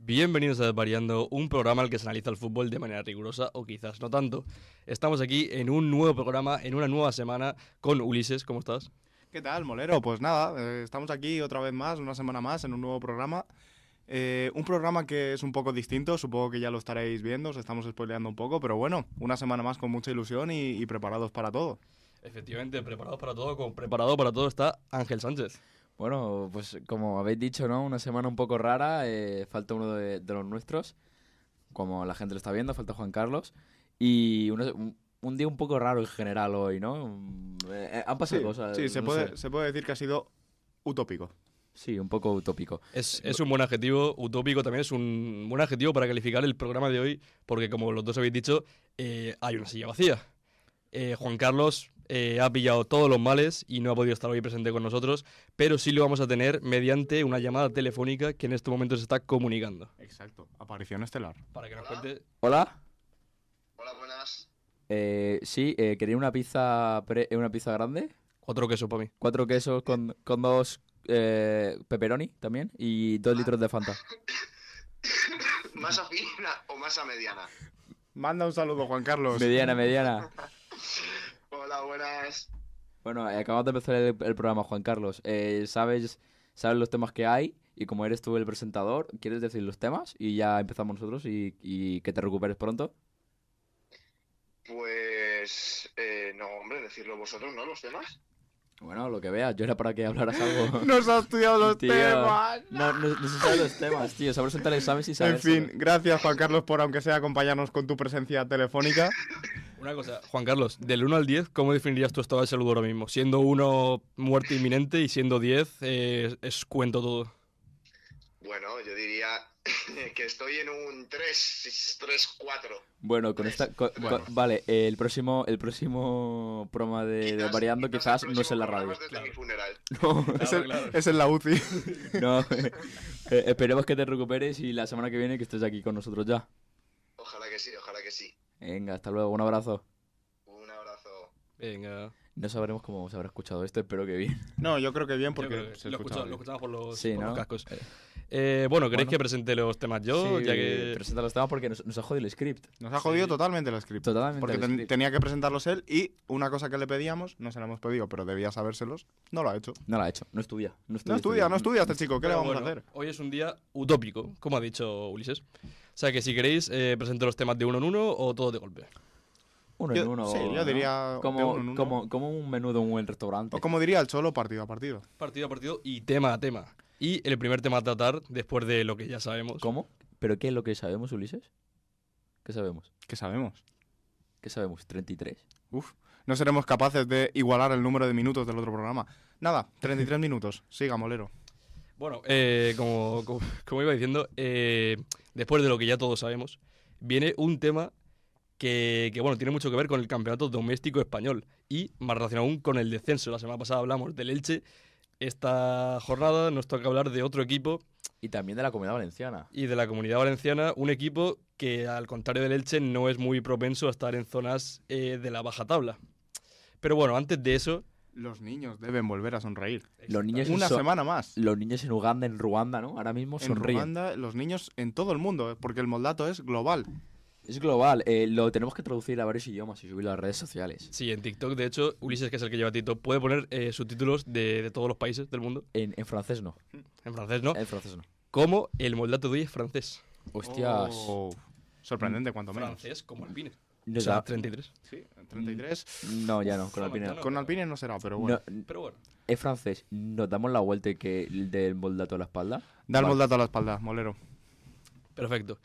Bienvenidos a Desvariando, un programa al que se analiza el fútbol de manera rigurosa o quizás no tanto. Estamos aquí en un nuevo programa, en una nueva semana con Ulises. ¿Cómo estás? ¿Qué tal, Molero? Pues nada, eh, estamos aquí otra vez más, una semana más, en un nuevo programa. Eh, un programa que es un poco distinto, supongo que ya lo estaréis viendo, os estamos spoileando un poco, pero bueno, una semana más con mucha ilusión y, y preparados para todo. Efectivamente, preparados para todo, como preparado para todo está Ángel Sánchez. Bueno, pues como habéis dicho, ¿no? Una semana un poco rara, eh, falta uno de, de los nuestros, como la gente lo está viendo, falta Juan Carlos, y uno- un, un día un poco raro en general hoy, ¿no? Mm, eh, eh, han pasado sí, cosas. sí, se, no puede, sé. se puede decir que ha sido utópico. Sí, un poco utópico. Es, es un buen adjetivo, utópico también es un buen adjetivo para calificar el programa de hoy, porque como los dos habéis dicho, eh, hay una silla vacía. Eh, Juan Carlos eh, ha pillado todos los males y no ha podido estar hoy presente con nosotros, pero sí lo vamos a tener mediante una llamada telefónica que en este momento se está comunicando. Exacto, aparición estelar. Para que nos cuente. ¿Hola? Hola, buenas. Eh, sí, eh, quería una pizza, pre- eh, una pizza grande, Otro queso para mí. cuatro quesos con, con dos eh, pepperoni también y dos litros de Fanta. ¿Masa fina o masa mediana? Manda un saludo, Juan Carlos. Mediana, mediana. Hola, buenas. Bueno, eh, acabamos de empezar el, el programa, Juan Carlos. Eh, sabes, sabes los temas que hay y como eres tú el presentador, ¿quieres decir los temas? Y ya empezamos nosotros y, y que te recuperes pronto. Pues. eh, no, hombre, decirlo vosotros, ¿no? Los temas. Bueno, lo que veas, yo era para que hablaras algo. Nos ha estudiado los Tío, temas. No, no, no se saben los temas, tío. Se ha presentado el examen y sabes. En fin, gracias Juan Carlos por aunque sea acompañarnos con tu presencia telefónica. Una cosa, Juan Carlos, del 1 al 10, ¿cómo definirías tu estado de salud ahora mismo? Siendo uno muerte inminente y siendo 10, eh, es cuento todo. Bueno, yo diría que estoy en un 3, 3, 4. Bueno, con esta. co- co- Bueno. vale, eh, el próximo, el próximo programa de, de Eh, Variando quizás no es en la radio. Desde mi funeral. No, es, en, es en la UCI. no. Eh, esperemos que te recuperes y la semana que viene que estés aquí con nosotros ya. Ojalá que sí, ojalá que sí. Venga, hasta luego, un abrazo. Un abrazo. Venga. No sabremos cómo se habrá escuchado esto, espero que bien. No, yo creo que bien Yo creo porque que se lo, escuchaba escucha- lo bien. escuchamos por los, Sí, por ¿no? los cascos. Eh, bueno, ¿queréis Bueno. que presente los temas yo? Sí, ya que... presenta los temas porque nos, nos ha jodido el script. Nos ha jodido Sí. totalmente el script. Totalmente. Porque el ten- script. tenía que presentarlos él y una cosa que le pedíamos, no se la hemos pedido, pero debía sabérselos, no lo ha hecho. No la ha hecho, no estudia. No estudia, No estudia, no estudia este chico, Pero ¿qué le vamos bueno, a hacer? Hoy es un día utópico, como ha dicho Ulises. O sea que si queréis, eh, presento los temas de uno en uno o todo de golpe. Uno Yo- en uno. sí, yo ¿no? diría Como, de uno en uno. Como, como un menú de un buen restaurante. O como diría el Cholo, partido a partido. Partido a partido y tema a tema. Y el primer tema a tratar, después de lo que ya sabemos, ¿Cómo? ¿Pero qué es lo que sabemos, Ulises? ¿Qué sabemos? ¿Qué sabemos? ¿Qué sabemos? ¿33? Uf, no seremos capaces de igualar el número de minutos del otro programa. Nada, 33 minutos, siga Molero. Bueno, eh, como, como- como iba diciendo, eh, después de lo que ya todos sabemos, viene un tema que, que, bueno, tiene mucho que ver con el campeonato doméstico español y más relacionado aún con el descenso. La semana pasada hablamos del Elche. Esta jornada nos toca hablar de otro equipo Y también de la comunidad valenciana. y de la comunidad valenciana, un equipo que, al contrario del Elche, no es muy propenso a estar en zonas eh, de la baja tabla. Pero bueno, antes de eso. Los niños deben volver a sonreír. Los niños, en Una so- semana más. los niños en Uganda, en Ruanda, ¿no? Ahora mismo En sonríen. Ruanda, los niños en todo el mundo, eh, porque el moldato es global. Es global. eh, lo tenemos que traducir a varios idiomas y subirlo a las redes sociales. Sí, en TikTok, de hecho, Ulises, que es el que lleva TikTok, puede poner eh, subtítulos de, de todos los países del mundo. En, en francés no. En francés, ¿no? En francés no. Como el moldato de hoy es francés. Hostias. Oh, sorprendente, cuanto menos. Francés como alpine. No, O sea, ya- 33. Sí, 33. no, ya no, con la opinión. No, Con pero- Alpine no será, pero bueno. No, Pero bueno. es francés. Nos damos la vuelta y que el del moldato a la espalda. Da el Vale. moldato a la espalda, Molero. Perfecto.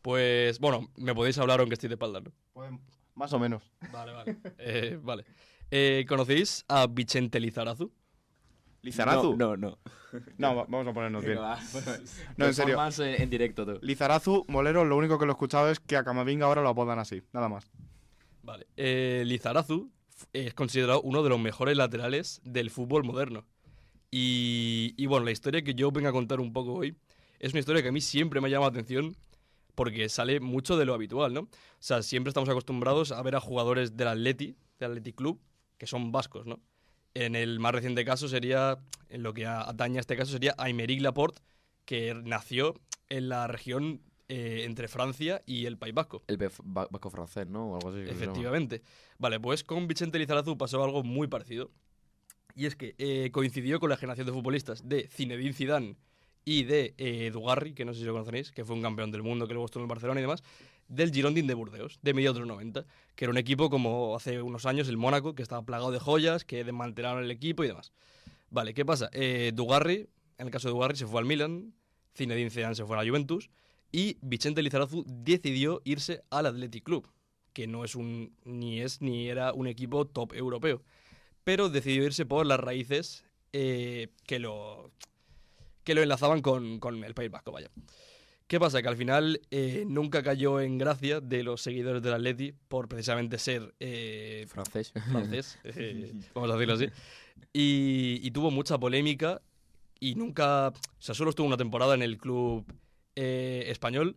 Pues, bueno, me podéis hablar aunque estoy de espalda, ¿no? Más o menos. Vale, vale. Eh, vale. Eh, ¿Conocéis a Vicente Lizarazu? Lizarazu. No, no. no. No, va- vamos a ponernos bien. Venga, va. No, en serio. Performance en, en directo, tú. Lizarazu, Molero, lo único que lo he escuchado es que a Camavinga ahora lo apodan así, nada más. Vale. Eh, Lizarazu f- es considerado uno de los mejores laterales del fútbol moderno. Y, y bueno, la historia que yo vengo a contar un poco hoy es una historia que a mí siempre me llama la atención porque sale mucho de lo habitual, ¿no? O sea, siempre estamos acostumbrados a ver a jugadores del Atleti, del Athletic Club, que son vascos, ¿no? En el más reciente caso sería, en lo que a- atañe a este caso, sería Aymeric Laporte, que nació en la región eh, entre Francia y el País Vasco. El bef- ba- vasco francés, ¿no? O algo así. que se llama. Efectivamente. Vale, pues con Vicente Lizarazu pasó algo muy parecido. Y es que eh, coincidió con la generación de futbolistas de Zinedine Zidane y de eh, Dugarry, que no sé si lo conoceréis, que fue un campeón del mundo que luego estuvo en el Barcelona y demás, del Girondin de Burdeos, de mediados de los 90, que era un equipo como hace unos años el Mónaco, que estaba plagado de joyas, que desmantelaron el equipo y demás. Vale, ¿qué pasa? Eh, Dugarry, en el caso de Dugarry, se fue al Milan, Zinedine Zidane se fue a la Juventus y Vicente Lizarazu decidió irse al Athletic Club que no es un ni es ni era un equipo top europeo, pero decidió irse por las raíces eh, que lo que lo enlazaban con, con el País Vasco, vaya. ¿Qué pasa? Que al final eh, nunca cayó en gracia de los seguidores del Atleti por precisamente ser eh, Francés. francés, eh, vamos a decirlo así, y, y tuvo mucha polémica y nunca, o sea, solo estuvo una temporada en el club eh, español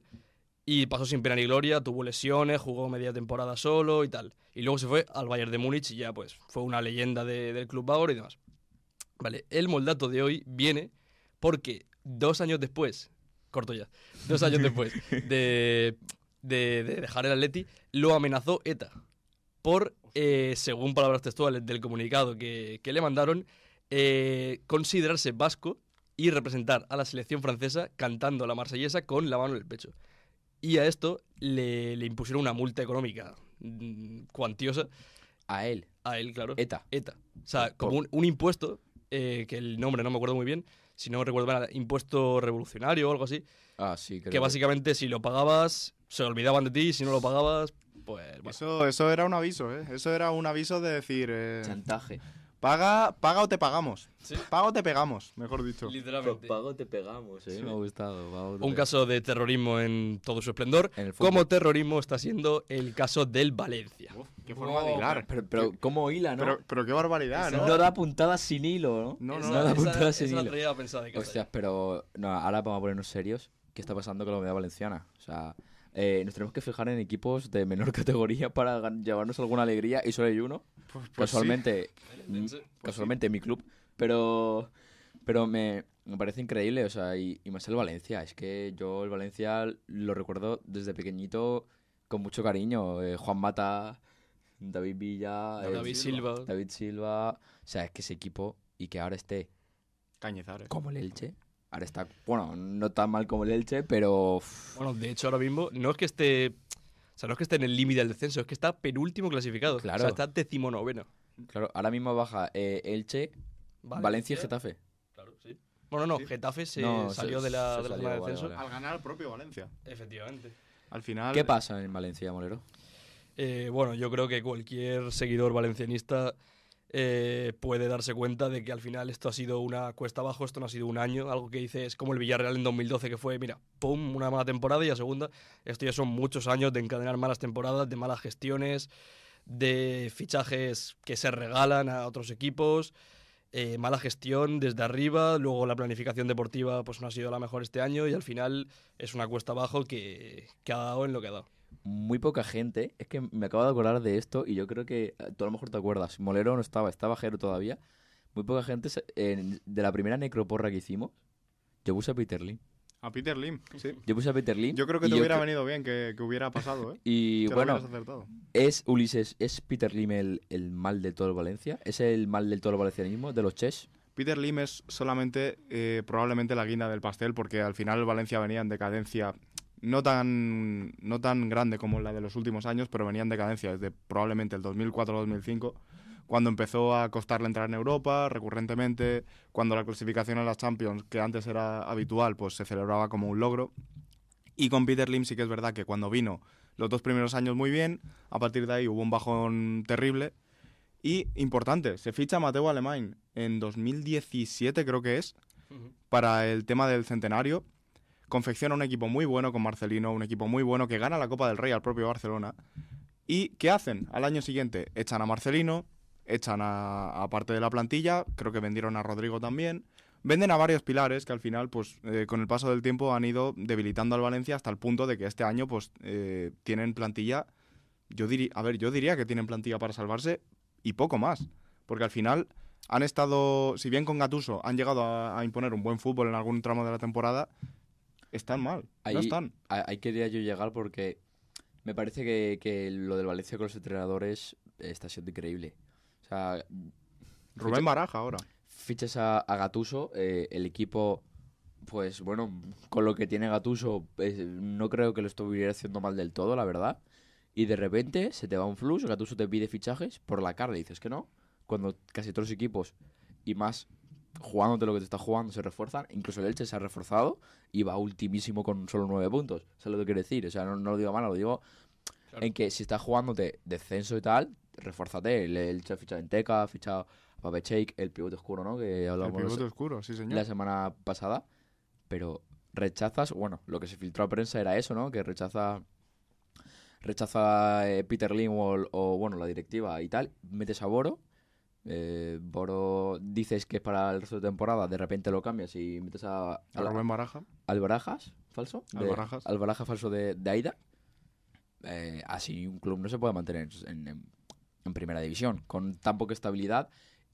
y pasó sin pena ni gloria, tuvo lesiones, jugó media temporada solo y tal. Y luego se fue al Bayern de Múnich y ya pues fue una leyenda de- del club bávaro y demás. Vale, el moldato de hoy viene porque dos años después, corto ya, dos años después de, de- de dejar el Atleti, lo amenazó ETA por, eh, según palabras textuales del comunicado que, que le mandaron, eh, considerarse vasco y representar a la selección francesa cantando la marsellesa con la mano en el pecho. Y a esto le, le impusieron una multa económica mm, cuantiosa A él. a él, claro. ETA. ETA. O sea, Eh, Por- como un, un impuesto, eh, que el nombre no me acuerdo muy bien, si no recuerdo mal, impuesto revolucionario o algo así, Ah, sí, creo que básicamente si lo pagabas, se olvidaban de ti, y si no lo pagabas, pues... bueno. Eso, eso era un aviso, ¿eh? Eso era un aviso de decir, eh, Chantaje. paga, paga o te pagamos. Sí. Paga o te pegamos, mejor dicho. Literalmente. pago te pegamos, eh. Me ha gustado. pago te Un pegamos. caso de terrorismo en todo su esplendor, En el fútbol. como terrorismo está siendo el caso del Valencia. Qué forma de hilar. Pero, pero ¿cómo hila, no? Pero, pero qué barbaridad, no. ¿no? da puntadas sin hilo, ¿no? No, Esa- no, da esa- puntadas sin esa la hilo. traía pensada de casa. Hostias, pero no, ahora vamos a ponernos serios. ¿Qué está pasando con la comunidad valenciana? O sea, eh, nos tenemos que fijar en equipos de menor categoría para gan- llevarnos alguna alegría y solo hay uno. Pues- pues sí. pues, casualmente, mm, Eldense. casualmente mi club. Pero, pero me, me parece increíble, o sea, y, y más el Valencia. Es que yo el Valencia lo recuerdo desde pequeñito con mucho cariño. Eh, Juan Mata, David Villa, eh, David Silva. David Silva. O sea, es que ese equipo y que ahora esté Cañizares. como el Elche. Ahora está, bueno, no tan mal como el Elche, pero uf, Bueno, de hecho ahora mismo no es que esté... O sea, no es que esté en el límite del descenso, es que está penúltimo clasificado. Claro. O sea, está decimonoveno. claro, ahora mismo baja eh, Elche, Valencia y Getafe. Claro, sí. Bueno, no, Getafe se No, se- salió de la, se de la salió, zona de vale, descenso. vale. Al ganar el propio Valencia. Efectivamente. Al final. ¿Qué pasa en Valencia, Molero? Eh, bueno, yo creo que cualquier seguidor valencianista eh, puede darse cuenta de que al final esto ha sido una cuesta abajo, esto no ha sido un año, algo que dice es como el Villarreal en 2012 que fue, mira, pum, una mala temporada y la segunda, esto ya son muchos años de encadenar malas temporadas, de malas gestiones, de fichajes que se regalan a otros equipos, eh, mala gestión desde arriba, luego la planificación deportiva pues no ha sido la mejor este año y al final es una cuesta abajo que, que ha dado en lo que ha dado. Muy poca gente. Es que me acabo de acordar de esto y yo creo que eh, tú a lo mejor te acuerdas. Molero no estaba, estaba Jero todavía. Muy poca gente. se- en- de la primera necroporra que hicimos, yo puse a Peter Lim. A Peter Lim, sí. Yo puse a Peter Lim. Yo creo que y te hubiera cre- venido bien que, que hubiera pasado, ¿eh? Y Que lo bueno, hubieras acertado. ¿es Ulises, es Peter Lim el, el mal de todo el Valencia? ¿Es el mal del todo el valencianismo, de los Chess? Peter Lim es solamente eh, probablemente la guinda del pastel porque al final Valencia venía en decadencia no tan, no tan grande como la de los últimos años, pero venía en decadencia desde probablemente el 2004-2005, cuando empezó a costarle entrar en Europa recurrentemente, cuando la clasificación a las Champions, que antes era habitual, pues se celebraba como un logro. Y con Peter Lim sí que es verdad que cuando vino los dos primeros años muy bien, a partir de ahí hubo un bajón terrible y importante, se ficha Mateo Alemán en 2017, creo que es, para el tema del centenario. Confecciona un equipo muy bueno con Marcelino, un equipo muy bueno que gana la Copa del Rey al propio Barcelona. ¿Y qué hacen al año siguiente? Echan a Marcelino, echan a, a parte de la plantilla, creo que vendieron a Rodrigo también. Venden a varios pilares que al final, pues, eh, con el paso del tiempo han ido debilitando al Valencia hasta el punto de que este año, pues, eh, tienen plantilla. Yo diría, a ver, yo diría que tienen plantilla para salvarse, y poco más. Porque al final han estado, si bien con Gatuso han llegado a, a imponer un buen fútbol en algún tramo de la temporada, están mal. Ahí- No están. A- Ahí quería yo llegar porque me parece que, que lo del Valencia con los entrenadores está siendo increíble. O sea, Rubén Baraja ahora. fichas a, Gatuso, el equipo, pues bueno, con lo que tiene Gatuso, no creo que lo estuviera haciendo mal del todo, la verdad. Y de repente se te va un flux, Gatuso te pide fichajes por la cara, dices que no. Cuando casi todos los equipos y más jugándote lo que te está jugando se refuerzan, incluso el Elche se ha reforzado y va ultimísimo con solo nueve puntos. ¿Sabes lo que quiero decir? O sea, no, no lo digo mal, lo digo Claro. en que si estás jugándote descenso y tal, refuérzate. El Elche ha fichado en Teca, ha fichado a Pape Cheik, el pivote oscuro, ¿no? Que El hablábamos pivote oscuro, sí señor. la semana pasada, pero rechazas, bueno, lo que se filtró a prensa era eso, ¿no? Que rechaza rechaza eh, Peter Lim o, o, bueno, la directiva y tal, metes a Boro, eh, Boro dices que es para el resto de temporada, de repente lo cambias y metes a, a A la- Rubén Baraja. Albarajas, falso. de- Albarajas. Albarajas, falso de, de Aida. Eh, así un club no se puede mantener en, en- en primera división, con tan poca estabilidad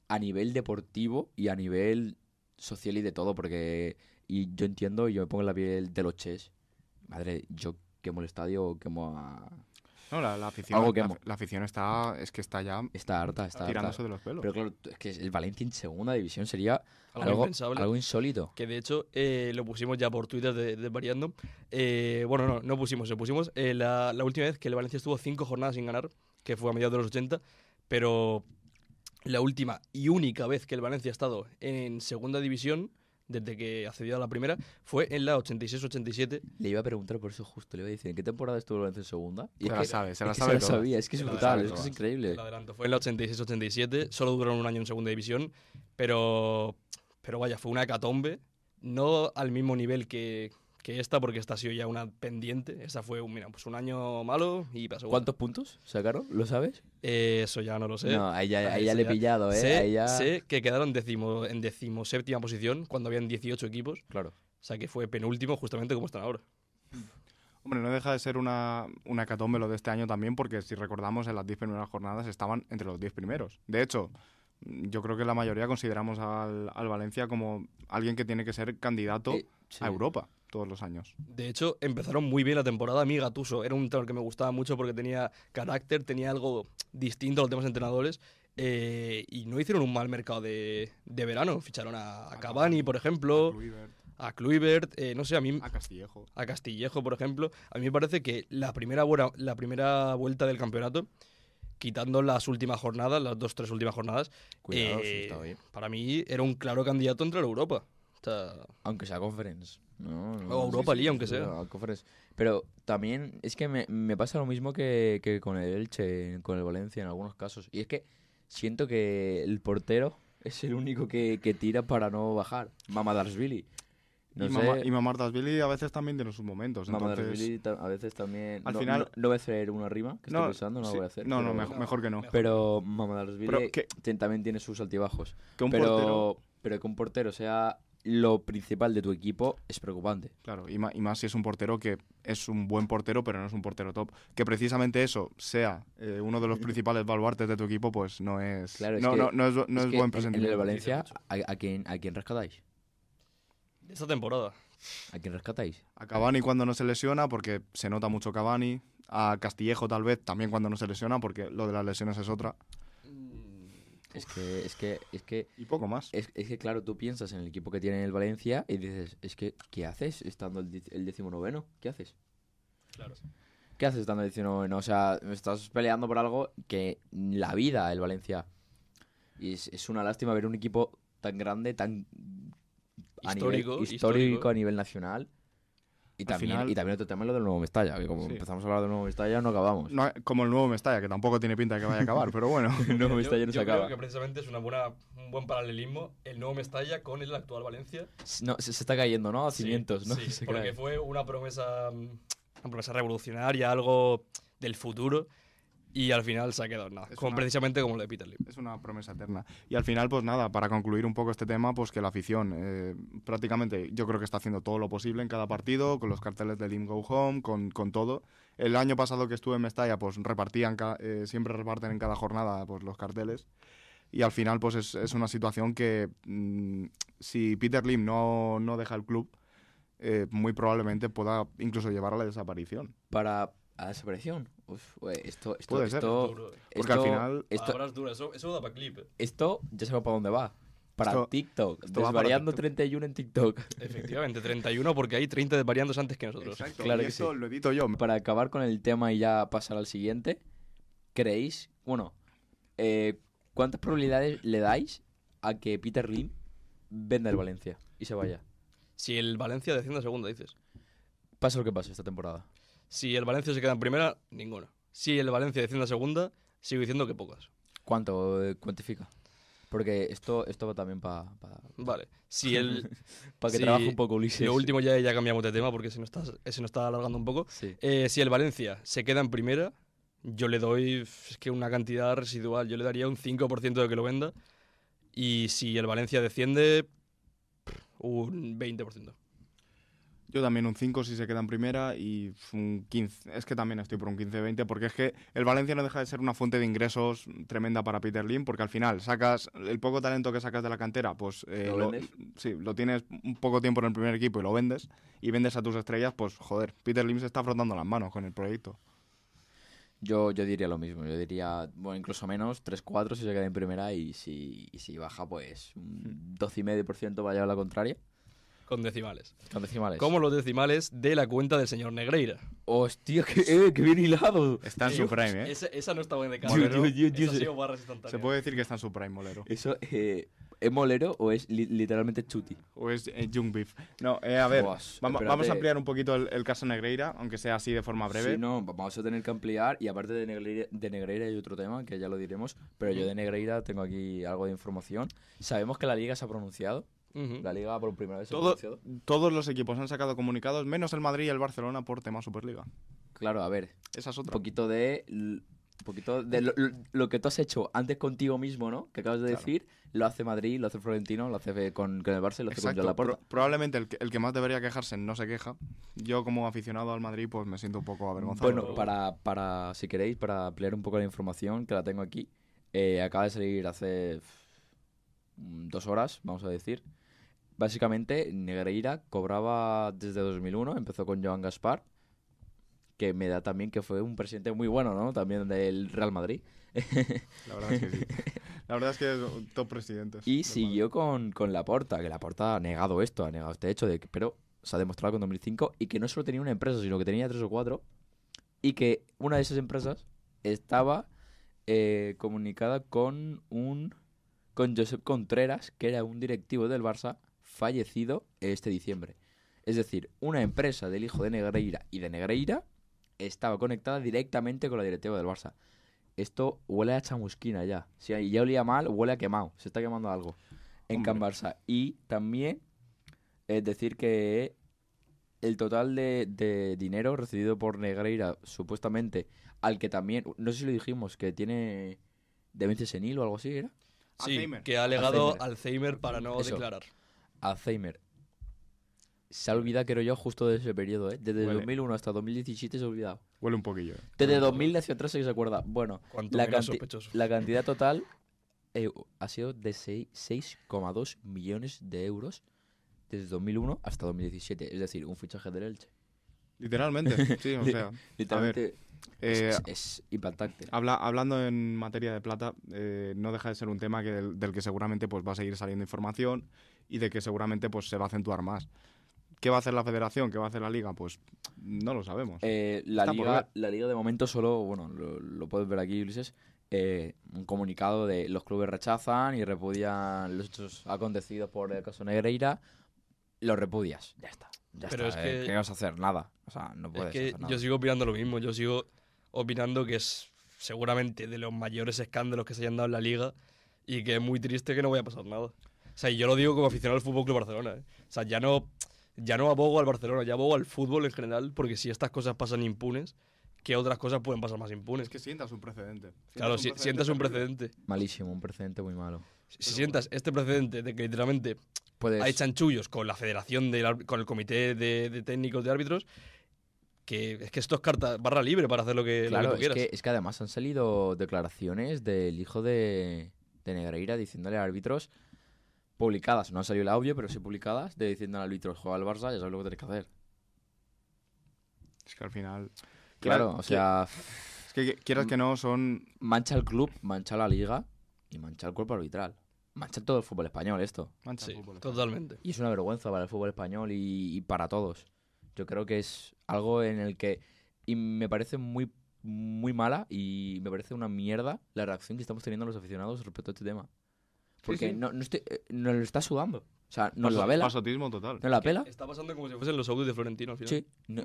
a nivel deportivo y a nivel social y de todo, porque y yo entiendo y yo me pongo en la piel de los Ches. Madre, yo quemo el estadio, quemo a... No, la, la afición, Algo que la, hemos- la afición está, es que está ya Está harta, está harta. tirándose de los pelos. Pero claro, es que el Valencia en segunda división sería Algo algo, impensable. algo insólito. Que de hecho eh, lo pusimos ya por Twitter de, de Variando. Eh, bueno, no, no pusimos, lo pusimos eh, la, la última vez que el Valencia estuvo cinco jornadas sin ganar, que fue a mediados de los 80, pero la última y única vez que el Valencia ha estado en segunda división, desde que accedió a la primera, fue en la 86-87. Le iba a preguntar por eso justo, le iba a decir, ¿en qué temporada estuvo el Valencia en segunda? se Y es la que- sabe, se Es la que sabe lo toda. sabía, es que es Se la brutal, sabe es que es todas. increíble. Lo adelanto, fue en la 86-87, solo duraron un año en segunda división, pero, pero vaya, fue una hecatombe, no al mismo nivel que, que esta, porque esta ha sido ya una pendiente, esta fue un, mira, pues un año malo y pasó. ¿Cuántos puntos sacaron? ¿Lo sabes? Eh, eso ya no lo sé. No, ahí ya, Ah, ahí ya eso le he ya. pillado, ¿eh? ahí sé, ya... sé que quedaron décimo, en decimoséptima posición cuando habían 18 equipos, Claro. o sea que fue penúltimo justamente como están ahora. Hombre, no deja de ser una, una hecatombe lo de este año también, porque si recordamos, en las 10 primeras jornadas estaban entre los 10 primeros. De hecho, mm, yo creo que la mayoría consideramos al, al Valencia como alguien que tiene que ser candidato Eh, sí. a Europa todos los años. De hecho, empezaron muy bien la temporada. A mí Gatuso era un entrenador que me gustaba mucho porque tenía carácter, tenía algo distinto a los demás entrenadores. eh, y no hicieron un mal mercado de, de verano. Ficharon a, a Cavani, por ejemplo, a Kluivert, eh, no sé, a mí a Castillejo. a Castillejo, por ejemplo. A mí me parece que la primera, buena- la primera vuelta del campeonato, quitando las últimas jornadas, las dos, tres últimas jornadas, Cuidado, eh, sí, está bien. para mí era un claro candidato entre la Europa. O sea, Aunque sea Conference. No, no, O Europa League, aunque sí, sea. no, Conference. Pero también es que me, me pasa lo mismo que, que con el Elche, con el Valencia en algunos casos. Y es que siento que el portero es el único que, que tira para no bajar. Mamadarsvili. No y, sé, Mama- y Mamartasvili a veces también tiene sus momentos. Entonces, Mamadarsvili ta- a veces también... al no, final- no- no voy a hacer una rima que estoy pensando, no la sí, voy a hacer. No, no, pero- mejor, mejor que no. Pero Mamadarsvili Pero que- ten- también tiene sus altibajos. Que un pero, portero- pero que un portero sea lo principal de tu equipo es preocupante. Claro, y ma- y más, si es un portero que es un buen portero, pero no es un portero top. Que precisamente eso sea eh, uno de los principales baluartes de tu equipo, pues no es. Claro, es no, que- no, no es, bu- no es que buen en- en, presentimiento. el Valencia, Dice ¿a, a quién, ¿a quién rescatáis? de esta temporada. ¿A quién rescatáis? A Cavani cuando no se lesiona, porque se nota mucho Cavani. A Castillejo, tal vez, también cuando no se lesiona, porque lo de las lesiones es otra. Es que, es que, es que, Y poco más. es, es que claro, tú piensas en el equipo que tiene el Valencia y dices, es que, ¿qué haces estando el, dic- el decimonoveno? ¿Qué haces? Claro. ¿Qué haces estando decimonoveno? O sea, estás peleando por algo que la vida, el Valencia. Y es, es una lástima ver un equipo tan grande, tan a nivel Histórico, histórico histórico. a nivel nacional. Y Al también, final- y también otro tema es lo del nuevo Mestalla, que como Sí. empezamos a hablar del nuevo Mestalla no acabamos. No, como el nuevo Mestalla, que tampoco tiene pinta de que vaya a acabar, pero bueno. El nuevo Yo- Mestalla no se yo acaba. creo que precisamente es una buena, un buen paralelismo el nuevo Mestalla con el actual Valencia. S- No, se, se está cayendo, ¿no? A Sí, cimientos, ¿no? sí, Se porque cae. fue una promesa, mm, una promesa revolucionaria, algo del futuro, y al final se ha quedado en nada. Es como una- Precisamente como lo de Peter Lim. Es una promesa eterna. Y al final, pues nada, para concluir un poco este tema, pues que la afición eh, prácticamente yo creo que está haciendo todo lo posible en cada partido, con los carteles de Lim Go Home, con, con todo. El año pasado que estuve en Mestalla, pues repartían, ca- eh, siempre reparten en cada jornada pues, los carteles. Y al final, pues es, es una situación que mm, si Peter Lim no, no deja el club, eh, muy probablemente pueda incluso llevar a la desaparición. para a la desaparición. Uf, güey, esto, esto, Puede ser. esto, Duro, eh. Porque esto- al final- esto, Palabras duras, eso, eso da para clip. eh. esto ya sabemos para dónde va. Para Esto- TikTok. esto va para Desvariando TikTok. 31 en TikTok. Efectivamente, 31 porque hay 30 de variantes antes que nosotros. Exacto, Claro y que esto sí. lo edito yo. Para acabar con el tema y ya pasar al siguiente, ¿creéis, bueno, eh, cuántas probabilidades le dais a que Peter Lim venda el Valencia y se vaya? Si el Valencia desciende a segunda, dices. Pase lo que pase esta temporada. Si el Valencia se queda en primera, ninguna. Si el Valencia desciende a segunda, sigo diciendo que pocas. ¿Cuánto eh, cuantifica? Porque esto, esto va también para Vale. Si el. que si- trabaje un poco Ulises. Lo último ya, ya cambiamos de tema porque se nos está, se nos está alargando un poco. Sí. Eh, si el Valencia se queda en primera, yo le doy es que una cantidad residual. Yo le daría un 5% de que lo venda. Y si el Valencia desciende, un 20%. Yo también un 5 si se queda en primera y un 15. Es que también estoy por un 15-20 porque es que el Valencia no deja de ser una fuente de ingresos tremenda para Peter Lim porque al final sacas el poco talento que sacas de la cantera, pues eh, ¿Lo vendes? sí, lo tienes un poco tiempo en el primer equipo y lo vendes y vendes a tus estrellas, pues joder, Peter Lim se está frotando las manos con el proyecto. Yo, yo diría lo mismo, yo diría, bueno, incluso menos, 3-4 si se queda en primera y si, y si baja, pues un 12,5% va a llevar la contraria. Con decimales. Con decimales. Como los decimales de la cuenta del señor Negreira. ¡Hostia, qué, eh, qué bien hilado! Está en su prime, ¿eh? Esa, esa no estaba en de cara. Dios, Dios, Dios, Esa Dios. ha sido barras instantáneas. Se puede decir que está en su prime, Molero. ¿Eso eh, es molero o es li- literalmente chuti? O es eh, Young Beef. No, eh, a ver, Buah, vamo- espérate. vamos a ampliar un poquito el, el caso Negreira, aunque sea así de forma breve. Sí, no, vamos a tener que ampliar y aparte de Negreira, de Negreira hay otro tema que ya lo diremos, pero yo de Negreira tengo aquí algo de información. Sabemos que la liga se ha pronunciado, Ujú. la liga por primera vez se ha Todo- pronunciado. Todos los equipos han sacado comunicados, menos el Madrid y el Barcelona por tema Superliga. Claro, a ver, Esa es un otra. poquito de l- un poquito de lo, lo- lo que tú has hecho antes contigo mismo, ¿no? Que acabas de Claro. decir, lo hace Madrid, lo hace Florentino, lo hace con, con el Barça y lo hace con Exacto. Joan Laporta. Pro- probablemente el que, el que más debería quejarse no se queja. Yo como aficionado al Madrid pues me siento un poco avergonzado. Bueno, para, para, si queréis, para ampliar un poco la información que la tengo aquí, eh, acaba de salir hace pf, mm, dos horas, vamos a decir. Básicamente, Negreira cobraba desde 2001, empezó con Joan Gaspar, que me da también que fue un presidente muy bueno, ¿no? También del Real Madrid. La verdad es que sí. La verdad es que es top presidentes. Y del siguió con, con Laporta, que Laporta ha negado esto, ha negado este hecho, de que, pero se ha demostrado con 2005 y que no solo tenía una empresa, sino que tenía tres o cuatro y que una de esas empresas estaba eh, comunicada con un con Josep Contreras, que era un directivo del Barça fallecido este diciembre. Es decir, una empresa del hijo de Negreira y de Negreira estaba conectada directamente con la directiva del Barça. Esto huele a chamusquina ya. Si ahí ya olía mal, huele a quemado. Se está quemando algo en Can Hombre. Barça. Y también es decir que el total de, de dinero recibido por Negreira, supuestamente, al que también, no sé si lo dijimos, que tiene demencia senil o algo así, ¿era? Sí, Alzheimer. que ha alegado Alzheimer. Alzheimer, para no Eso. declarar. Alzheimer. Se ha olvidado, creo yo, justo de ese periodo, ¿eh? Desde Huele. 2001 hasta 2017 se ha olvidado. Madrid. Huele un poquillo. eh. Desde 2000 hacia atrás sí que se acuerda. Bueno, Cuanto la, menos canti- sospechoso. la cantidad total eh, ha sido de seis- 6,2 millones de euros desde 2001 hasta 2017. Es decir, un fichaje del Elche. Literalmente. Sí, o sea. Literalmente es, eh, es- es impactante. Habla- hablando en materia de plata, eh, no deja de ser un tema que del, del que seguramente pues, va a seguir saliendo información y de que seguramente pues, se va a acentuar más. ¿Qué va a hacer la federación? ¿Qué va a hacer la liga? Pues no lo sabemos. Eh, la, Está por liga, ver. la liga de momento solo, bueno, lo, lo puedes ver aquí, Ulises, eh, un comunicado de los clubes rechazan y repudian los hechos acontecidos por el caso Negreira, lo repudias, ya está. Ya Pero está, es eh, que- ¿Qué vas a hacer? Nada. O sea, no Es puedes que hacer nada. yo sigo opinando lo mismo. Yo sigo opinando que es seguramente de los mayores escándalos que se hayan dado en la liga y que es muy triste que no vaya a pasar nada. O sea, y yo lo digo como aficionado al Fútbol Club Barcelona. ¿eh? O sea, ya no, ya no abogo al Barcelona, ya abogo al fútbol en general, porque si estas cosas pasan impunes, ¿qué otras cosas pueden pasar más impunes? es que sientas un precedente. claro, si sientas un precedente. Malísimo, un precedente muy malo. Si sientas este precedente de que literalmente Puedes... hay chanchullos con la federación, del ar- con el comité de, de técnicos de árbitros, que es que esto es carta barra libre para hacer lo que, lo que Claro, tú es quieras. que, es que además han salido declaraciones del hijo de, de Negreira diciéndole a árbitros publicadas, no ha salido el audio, pero sí publicadas, de diciéndole a árbitros, juega al Barça, ya sabes lo que tienes que hacer. Es que al final. Claro, o que- sea, Es que que- quieras que no, son. mancha el club, mancha la liga y mancha el cuerpo arbitral. Mancha todo el fútbol español esto. mancha Sí, el fútbol. totalmente. Y es una vergüenza para el fútbol español y, y para todos. Yo creo que es algo en el que... Y me parece muy, muy mala y me parece una mierda la reacción que estamos teniendo los aficionados respecto a este tema. Porque sí. No, no estoy- eh, nos lo está sudando. O sea, nos Paso- la pela. Pasotismo total. Nos la pela. Está pasando como si fuesen los audios de Florentino al final. Sí. No,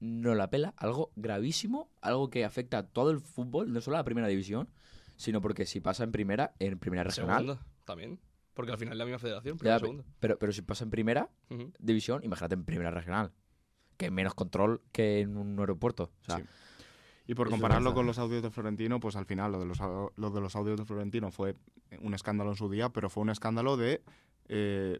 nos la pela. Algo gravísimo, algo que afecta a todo el fútbol, no solo a la primera división, sino porque si pasa en primera, en primera regional... Segunda, también. Porque al final es la misma federación, Ya, primera segunda. pero, pero si pasa en primera, Ujú. división, imagínate en primera regional. Que hay menos control que en un aeropuerto. O sea, Sí. Y por Es compararlo vergüenza. con los audios de Florentino, pues al final lo de, los, au- lo de los audios de Florentino fue un escándalo en su día, pero fue un escándalo de... eh,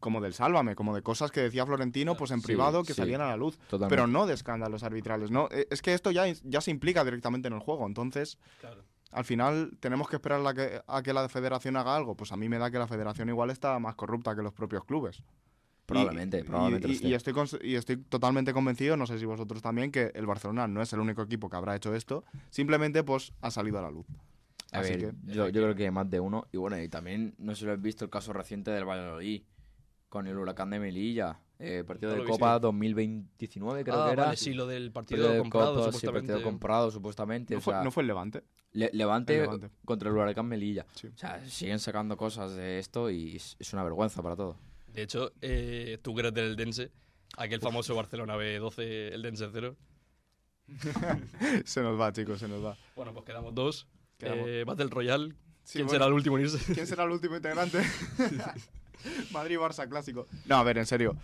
como del sálvame, como de cosas que decía Florentino pues en Sí, privado que sí. salían a la luz, totalmente. pero no de escándalos arbitrales, no, Eh, es que esto ya, ya se implica directamente en el juego, entonces Claro. al final tenemos que esperar la que- a que la federación haga algo, pues a mí me da que la federación igual está más corrupta que los propios clubes. probablemente, Y- probablemente. y- lo Y, esté. y estoy cons- y estoy totalmente convencido, no sé si vosotros también, que el Barcelona no es el único equipo que habrá hecho esto. Simplemente, pues, ha salido a la luz. a así ver, que- yo, yo creo que más de uno. Y bueno, y también no sé si lo has visto el caso reciente del Valladolid con el huracán de Melilla. eh, partido No de lo he visto. Copa 2019, creo ah, que era. vale, sí, lo del partido Partido de comprado, Copa, sí, supuestamente. partido comprado, supuestamente. No o fue, sea, no fue el Levante. Le- Levante, El Levante. contra el huracán Melilla. Sí. O sea, siguen sacando cosas de esto y es, es una vergüenza para todo. De hecho, eh, tú que eres del Dense, aquel famoso Barcelona B12, el Dense 0. Se nos va, chicos, se nos va. Bueno, pues quedamos dos. Quedamos- Eh, Battle Royale. Sí, ¿Quién bueno, será el último en irse? ¿Quién será el último integrante? Madrid-Barça clásico. No, a ver, en serio.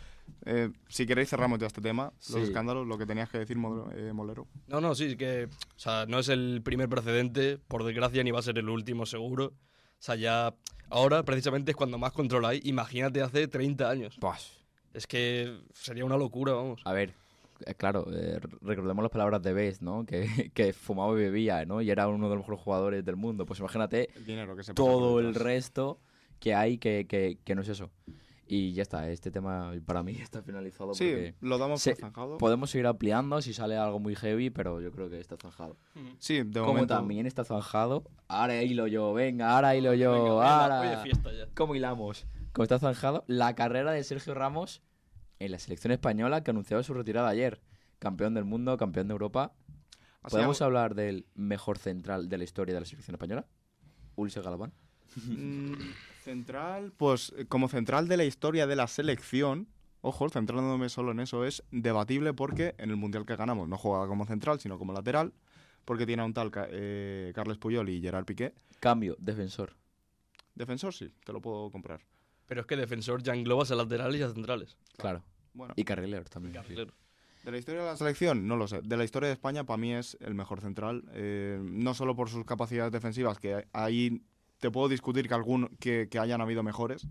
Eh, si queréis cerramos ya este tema. Los Sí. escándalos, lo que tenías que decir, Mo- eh, Molero. No, no, sí, que o sea, no es el primer precedente, por desgracia, ni va a ser el último seguro. O sea, ya ahora precisamente es cuando más control hay. Imagínate hace 30 años. Pues, Es que sería una locura, vamos. a ver, eh, claro, eh, recordemos las palabras de Best, ¿no? Que, que fumaba y bebía, ¿no? Y era uno de los mejores jugadores del mundo. Pues imagínate El dinero que se pasa todo por el detrás. resto que hay que, que- que no es eso. Y ya está, este tema para mí está finalizado Sí, Pues porque lo damos Se- por zanjado. podemos seguir ampliando si sale algo muy heavy, pero yo creo que está zanjado. Sí, de Como momento. también está zanjado, ahora hilo yo, venga, ahora hilo yo, Venga, venga, ahora... hoy es fiesta ya. ¿Cómo hilamos? Como está zanjado, la carrera de Sergio Ramos en la selección española que anunciaba su retirada ayer. Campeón del mundo, campeón de Europa. Así ¿Podemos hago- hablar del mejor central de la historia de la selección española? Ulises Galván. Mm, central, pues eh, como central de la historia de la selección, ojo, centrándome solo en eso, es debatible porque en el Mundial que ganamos no jugaba como central, sino como lateral, porque tiene a un tal Ca- eh, Carles Puyol y Gerard Piqué. Cambio, defensor. Defensor sí, te lo puedo comprar. Pero es que defensor ya englobas a laterales y a centrales. Claro. Bueno, Y carrilero también. Carrilero. de la historia de la selección, no lo sé. De la historia de España, para mí es el mejor central, eh, no solo por sus capacidades defensivas, que ahí te puedo discutir que, algún, que, que hayan habido mejores,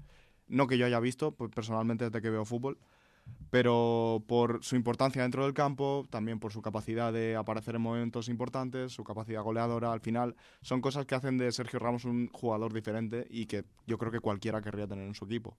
no que yo haya visto, pues personalmente desde que veo fútbol, pero por su importancia dentro del campo, también por su capacidad de aparecer en momentos importantes, su capacidad goleadora, al final son cosas que hacen de Sergio Ramos un jugador diferente y que yo creo que cualquiera querría tener en su equipo.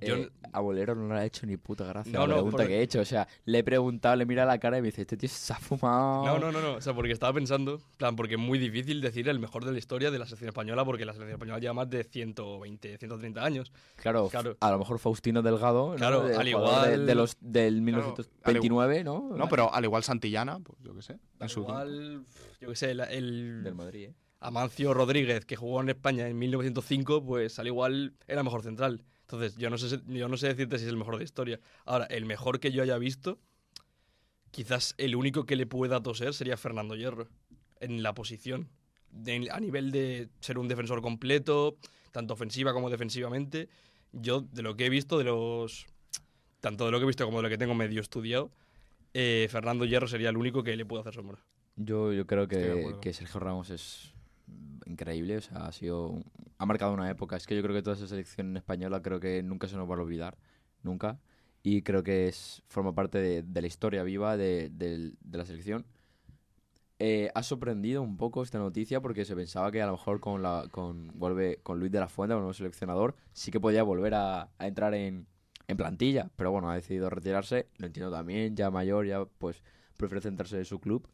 Yo- Eh, a Bolero no le ha hecho ni puta gracia No, la no, pregunta porque- que he hecho. O sea, le he preguntado, le mira la cara y me dice, este tío se ha fumado. No, no, no, no. O sea, porque estaba pensando, en plan, porque es muy difícil decir el mejor de la historia de la selección española, porque la selección española lleva más de 120, 130 años. Claro, Claro. a lo mejor Faustino Delgado. ¿no? Claro, De- al jugador de- igual- de los, del 1929, ¿no? No, pero al igual Santillana, pues yo qué sé. en Al su tiempo. igual, yo qué sé, la- el, Del Madrid, ¿eh? Amancio Rodríguez, que jugó en España en 1905, pues al igual era mejor central. Entonces, yo no sé, si- yo no sé decirte si es el mejor de la historia. Ahora, el mejor que yo haya visto, quizás el único que le pueda toser sería Fernando Hierro, en la posición. De- a nivel de ser un defensor completo, tanto ofensiva como defensivamente, yo de lo que he visto, de los tanto de lo que he visto como de lo que tengo medio estudiado, eh, Fernando Hierro sería el único que le puedo hacer sombra. Yo, yo creo Estoy de que, acuerdo. que Sergio Ramos es increíble, o sea, ha sido un- ha marcado una época. Es que yo creo que toda esa selección española creo que nunca se nos va a olvidar, nunca. Y creo que es forma parte de, de la historia viva de, del- de la selección. eh, ha sorprendido un poco esta noticia porque se pensaba que a lo mejor con, la, con, vuelve, con Luis de la Fuente, con el seleccionador, sí que podía volver a, a entrar en, en plantilla. Pero bueno, ha decidido retirarse. Lo entiendo también, ya mayor, ya pues prefiere centrarse en su club.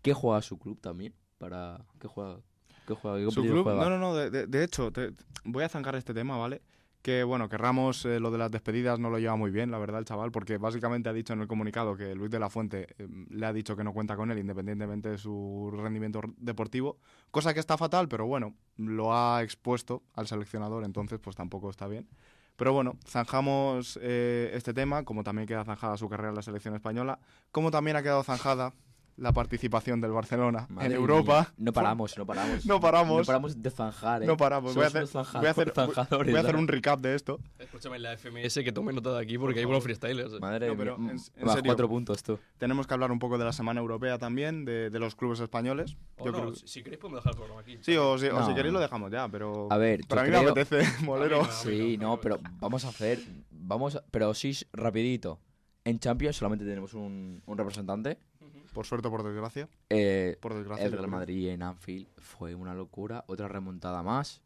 ¿Qué juega su club también? Para, ¿Qué juega? ¿Qué juega? ¿Qué Su competición club- juega? no, no, no, de, de- de hecho, te- voy a zancar este tema, ¿vale? Que bueno, que Ramos eh, lo de las despedidas no lo lleva muy bien, la verdad, el chaval, porque básicamente ha dicho en el comunicado que Luis de la Fuente eh, le ha dicho que no cuenta con él independientemente de su rendimiento r- deportivo, cosa que está fatal, pero bueno, lo ha expuesto al seleccionador, entonces pues tampoco está bien. Pero bueno, zanjamos eh, este tema, como también queda zanjada su carrera en la selección española, como también ha quedado zanjada la participación del Barcelona Madre en mía, Europa. No paramos, no paramos. No paramos. No paramos de zanjar, eh. No paramos. Voy a, hacer, Somos unos ¿eh? zanja- voy a hacer- zanjadores, voy a hacer ¿verdad? un recap de esto. Escúchame la FMS que tome nota de aquí porque hay buenos freestylers. eh. Madre No, pero mía, en- en más serio. cuatro puntos tú. Tenemos que hablar un poco de la Semana Europea también, de, de los clubes españoles. O Yo no, creo- si, si queréis podemos dejar el programa aquí. Sí, o si, o si No. queréis lo dejamos ya, pero... A ver, pero yo a mí me creo- apetece, molero. A mí no. Sí, no, pero vamos a hacer. Vamos a- pero sí, rapidito. En Champions solamente tenemos un, un representante. Por suerte o por desgracia. Eh, Por desgracia. el yo Real creo. Madrid en Anfield fue una locura. Otra remontada más.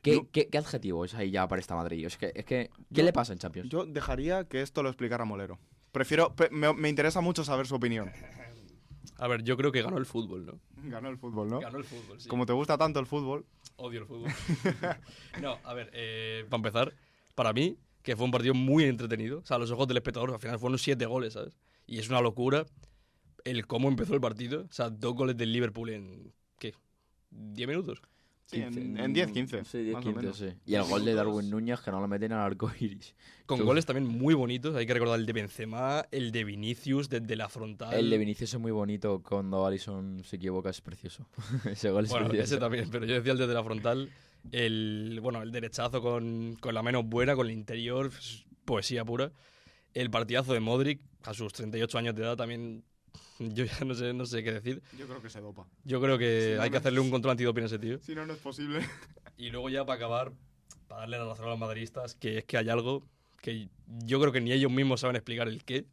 ¿Qué, Yo- qué, qué adjetivo es ahí ya para esta Madrid? Es que, es que ¿qué le pasa en Champions? Yo dejaría que esto lo explicara Molero. Prefiero... pe- Me, me interesa mucho saber su opinión. A ver, yo creo que ganó el fútbol, ¿no? Ganó el fútbol, ¿no? Ganó el fútbol, sí. Como te gusta tanto el fútbol, Odio el fútbol. no, a ver, eh, para empezar, para mí, que fue un partido muy entretenido. O sea, a los ojos del espectador, al final fueron siete goles, ¿sabes? Y es una locura el cómo empezó el partido. O sea, dos goles del Liverpool en. ¿Qué? ¿10 minutos? sí, en, 15, en 10, 15. Sí, 10, más o 15, menos. sí. Y el gol de Minutos. Darwin Núñez que no lo meten al arco iris. Con Tú. goles también muy bonitos. Hay que recordar el de Benzema, el de Vinicius desde la frontal. El de Vinicius es muy bonito cuando Alison se equivoca, es precioso. ese gol es Bueno, precioso. ese también, pero yo decía el desde la frontal. El, bueno, el derechazo con, con la menos buena, con el interior, es poesía pura. El partidazo de Modric, a sus 38 años de edad también, yo ya no sé, no sé qué decir. Yo creo que se dopa. Yo creo que Sí, no hay que me- hacerle un control antidoping a ese tío. Si no, no es posible. Y luego ya para acabar, para darle la razón a los madridistas, que es que hay algo que yo creo que ni ellos mismos saben explicar el qué.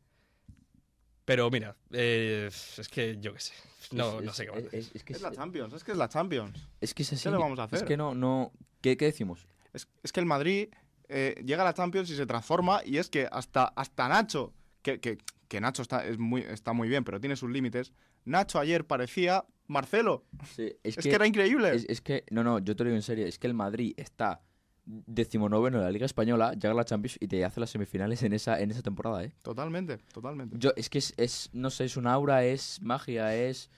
Pero mira, eh, es que yo qué sé. No, Es- no es- sé qué va a es- hacer. es- es que Es es- la Champions, es que es la Champions. Es que es así. le vamos a Es hacer? que no, no. ¿Qué, qué decimos? Es, es que el Madrid eh, llega a la Champions y se transforma y es que hasta, hasta Nacho, que, que- que Nacho está, es muy, está muy bien, pero tiene sus límites, Nacho ayer parecía Marcelo. es, Es, que, era increíble. es, es que, no, no, yo te lo digo en serio. Es que el Madrid está decimonoveno en la Liga Española, llega a la Champions y te hace las semifinales en esa, en esa temporada, ¿eh? Totalmente, totalmente. Yo, es que es, es- no sé, es un aura, es magia, es.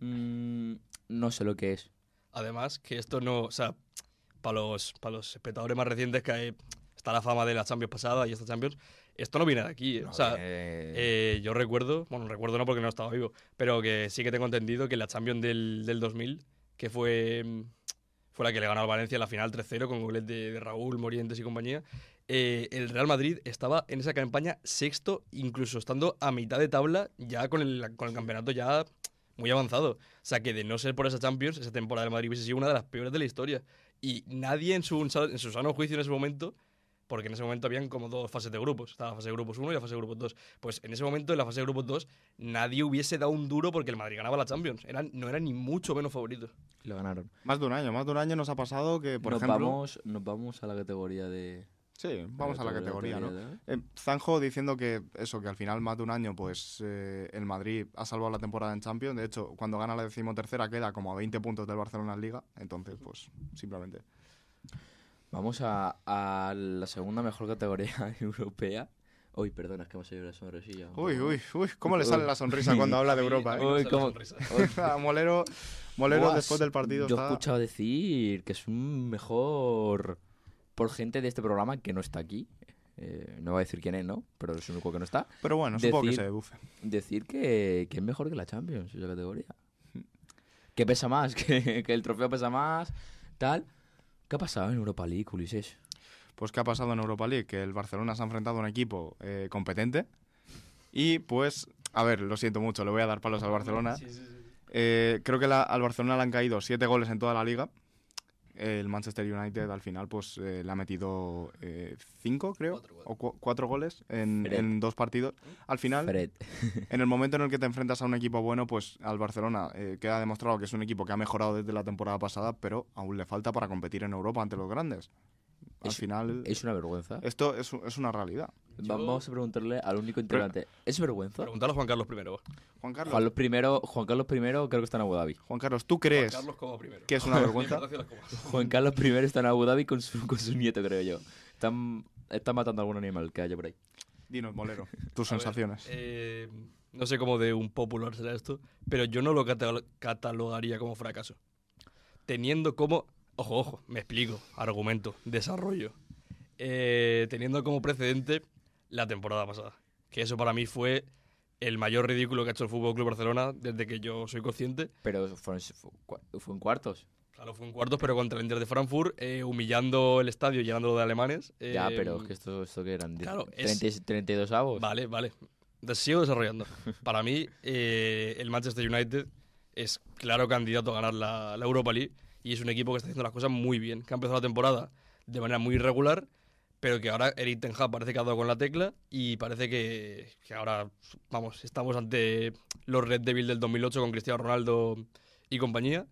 mm, no sé lo que es. Además, que esto no. O sea, para los, para los espectadores más recientes que hay- está la fama de la Champions pasada y esta Champions, esto no viene de aquí. ¿eh? o sea, Eh, eh, yo recuerdo, bueno, recuerdo no porque no estaba vivo, pero que sí que tengo entendido que la Champions del, del 2000, que fue, mm, fue la que le ganó al Valencia en la final 3-0 con goles de, de Raúl, Morientes y compañía, eh, el Real Madrid estaba en esa campaña sexto, incluso estando a mitad de tabla, ya con el, con el campeonato ya muy avanzado. O sea que de no ser por esa Champions, esa temporada del Madrid hubiese sido una de las peores de la historia. Y nadie en su, en su sano juicio en ese momento, porque en ese momento habían como dos fases de grupos, estaba la fase de grupos 1 y la fase de grupos 2. Pues en ese momento, en la fase de grupos 2, nadie hubiese dado un duro porque el Madrid ganaba la Champions. Eran, no era ni mucho menos favorito. lo ganaron. Más de un año, más de un año nos ha pasado que, Eh, por nos, ejemplo... vamos, nos vamos a la categoría de. Sí, vamos a la categoría, ¿no? de- Eh, Zanjo diciendo que eso, que al final más de un año, pues eh, el Madrid ha salvado la temporada en Champions. De hecho, cuando gana la decimotercera queda como a 20 puntos del Barcelona en Liga. Entonces, pues simplemente. Vamos a, a la segunda mejor categoría europea. Uy, perdona, es que me ha salido la sonrisilla. un Uy, poco. uy, uy, cómo le sale la sonrisa cuando habla de Europa, Uy, ¿eh? cómo- Ah, Molero, Molero Buah, después del partido Yo he está... escuchado decir que es un mejor por gente de este programa que no está aquí. Eh, no va a decir quién es, ¿no? Pero es el único que no está. Pero bueno, supongo que decir- se deduce. Decir que, que es mejor que la Champions, esa categoría. Que pesa más, que, que el trofeo pesa más, tal. ¿Qué ha pasado en Europa League, Ulises? Pues ¿qué ha pasado en Europa League? Que el Barcelona se ha enfrentado a un equipo eh, competente y pues, a ver, lo siento mucho, le voy a dar palos al Barcelona. Eh, creo que la- al Barcelona le han caído siete goles en toda la liga. el Manchester United al final pues eh, le ha metido eh, cinco, creo, Cuatro, o cu- cuatro goles en, Fred. en dos partidos. Al final, Fred. en el momento en el que te enfrentas a un equipo bueno, pues al Barcelona eh, queda demostrado que es un equipo que ha mejorado desde la temporada pasada, pero aún le falta para competir en Europa ante los grandes. Al Es- final, Es una vergüenza. esto es, es una realidad. Va- Vamos a preguntarle al único integrante. ¿Es vergüenza? Preguntar a Juan Carlos primero. va. Juan Carlos, Juan, los primero, Juan Carlos I creo que está en Abu Dhabi. Juan Carlos, ¿tú Juan crees Carlos Coma primero. que es una vergüenza? Gracias a las comas. Juan Carlos I está en Abu Dhabi con su, con su nieto, creo yo. Están, están matando a algún animal que haya por ahí. Dinos, Molero, tus A ver, sensaciones. eh, no sé cómo de un popular será esto, pero yo no lo catal- catalogaría como fracaso. Teniendo como. Ojo, ojo, me explico. Argumento, desarrollo. Eh, teniendo como precedente la temporada pasada. Que eso para mí fue el mayor ridículo que ha hecho el Fútbol Club Barcelona desde que yo soy consciente. Pero fueron, fu- cua- fue en cuartos. Claro, fue en cuartos, pero contra el Inter de Frankfurt, eh, humillando el estadio, llenándolo de alemanes. ya, eh, pero es que esto, esto que eran claro, es- 32 avos. Vale, vale. Te sigo desarrollando. Para mí, eh, el Manchester United es claro candidato a ganar la, la Europa League y es un equipo que está haciendo las cosas muy bien, que ha empezado la temporada de manera muy irregular, pero que ahora Eric Ten Hag parece que ha dado con la tecla y parece que, que ahora, vamos, estamos ante los Red Devil del 2008 con Cristiano Ronaldo y compañía.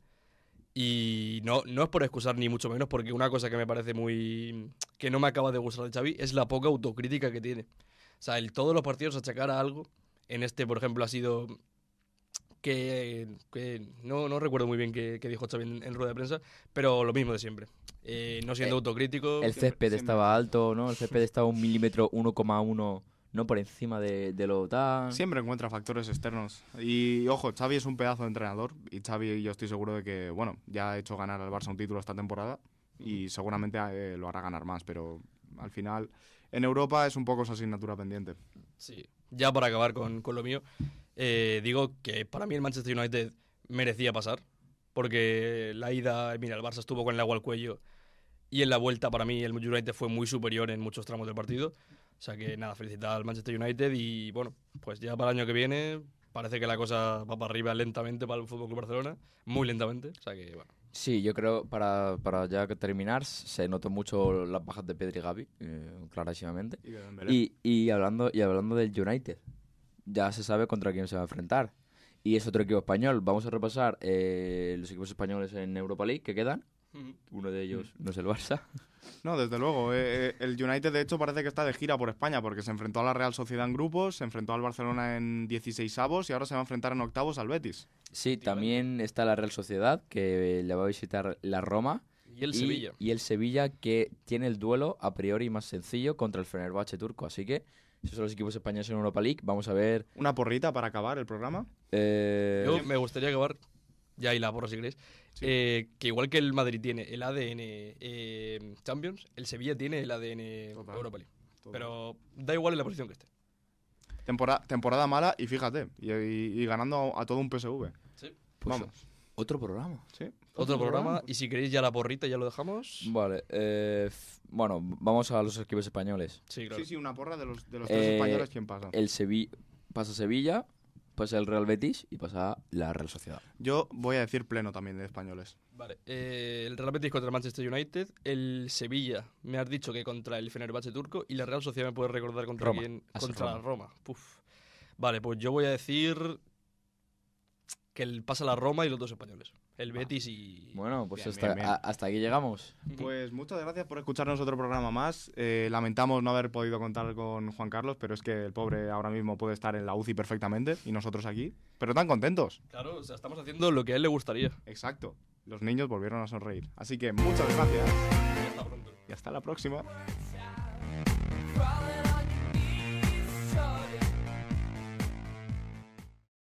Y no, no es por excusar ni mucho menos, porque una cosa que me parece muy... que no me acaba de gustar de Xavi es la poca autocrítica que tiene. O sea, el todos los partidos achacar a algo. En este, por ejemplo, ha sido que, que no, no recuerdo muy bien qué, qué dijo Xavi en, en rueda de prensa, pero lo mismo de siempre. Eh, no siendo Eh, autocrítico. Siempre- El césped siempre. estaba alto, ¿no? El césped estaba un milímetro 1,1, no por encima de, de lo tal. Siempre encuentra factores externos. Y ojo, Xavi es un pedazo de entrenador. Y Xavi, yo estoy seguro de que, bueno, ya ha hecho ganar al Barça un título esta temporada. Y seguramente eh, lo hará ganar más. Pero al final, en Europa es un poco su asignatura pendiente. Sí, ya para acabar con, con lo mío, eh, digo que para mí el Manchester United merecía pasar, porque la ida, mira, el Barça estuvo con el agua al cuello y en la vuelta para mí el United fue muy superior en muchos tramos del partido. O sea que nada, felicitar al Manchester United y bueno, pues ya para el año que viene parece que la cosa va para arriba lentamente para el FC Barcelona, muy lentamente. O sea que bueno, Sí, yo creo, para, para ya que terminar, se notó mucho las bajas de Pedri y Gavi, eh, clarísimamente. Y de Dembélé. Y, y hablando, y hablando del United, ya se sabe contra quién se va a enfrentar. Y es otro equipo español. Vamos a repasar eh, los equipos españoles en Europa League que quedan. Uno de ellos no es el Barça. No, desde luego. eh, eh, el United, de hecho, parece que está de gira por España porque se enfrentó a la Real Sociedad en grupos, se enfrentó al Barcelona en 16avos y ahora se va a enfrentar en octavos al Betis. Sí, también está la Real Sociedad, que le va a visitar la Roma. y el y, Sevilla. Y el Sevilla, que tiene el duelo a priori más sencillo contra el Fenerbahce turco. Así que esos son los equipos españoles en Europa League. Vamos a ver. Una porrita para acabar el programa. eh, Yo me gustaría acabar, ya y la porra si queréis, eh, que igual que el Madrid tiene el ADN eh, Champions, el Sevilla tiene el ADN Total. Europa League. Pero da igual en la posición que esté. Temporada, temporada mala y fíjate, y, y- y ganando a, a todo un PSV. pues, Vamos. Otro programa. Sí. Otro programa, programa. y si queréis ya la porrita, ya lo dejamos. Vale. eh, f- bueno, vamos a los equipos españoles. Sí, claro. Sí, sí, una porra de los, de los tres Eh, españoles, ¿quién pasa? El Sevilla pasa Sevilla, pasa el Real Betis y pasa la Real Sociedad. Yo voy a decir pleno también de españoles. Vale. eh, el Real Betis contra el Manchester United, el Sevilla, me has dicho que contra el Fenerbahce turco, y la Real Sociedad me puede recordar contra Roma. quién. Has Contra la Roma. Roma. Puf. Vale, pues yo voy a decir que el, pasa la Roma y los dos españoles. El Betis y... Bueno, pues Bien, hasta, bien, bien. a- hasta aquí llegamos. Pues muchas gracias por escucharnos otro programa más. Eh, lamentamos no haber podido contar con Juan Carlos, pero es que el pobre ahora mismo puede estar en la UCI perfectamente y nosotros aquí. Pero tan contentos. Claro, o sea, estamos haciendo lo que a él le gustaría. Exacto. Los niños volvieron a sonreír. Así que muchas gracias Y hasta pronto. y hasta la próxima. Crawling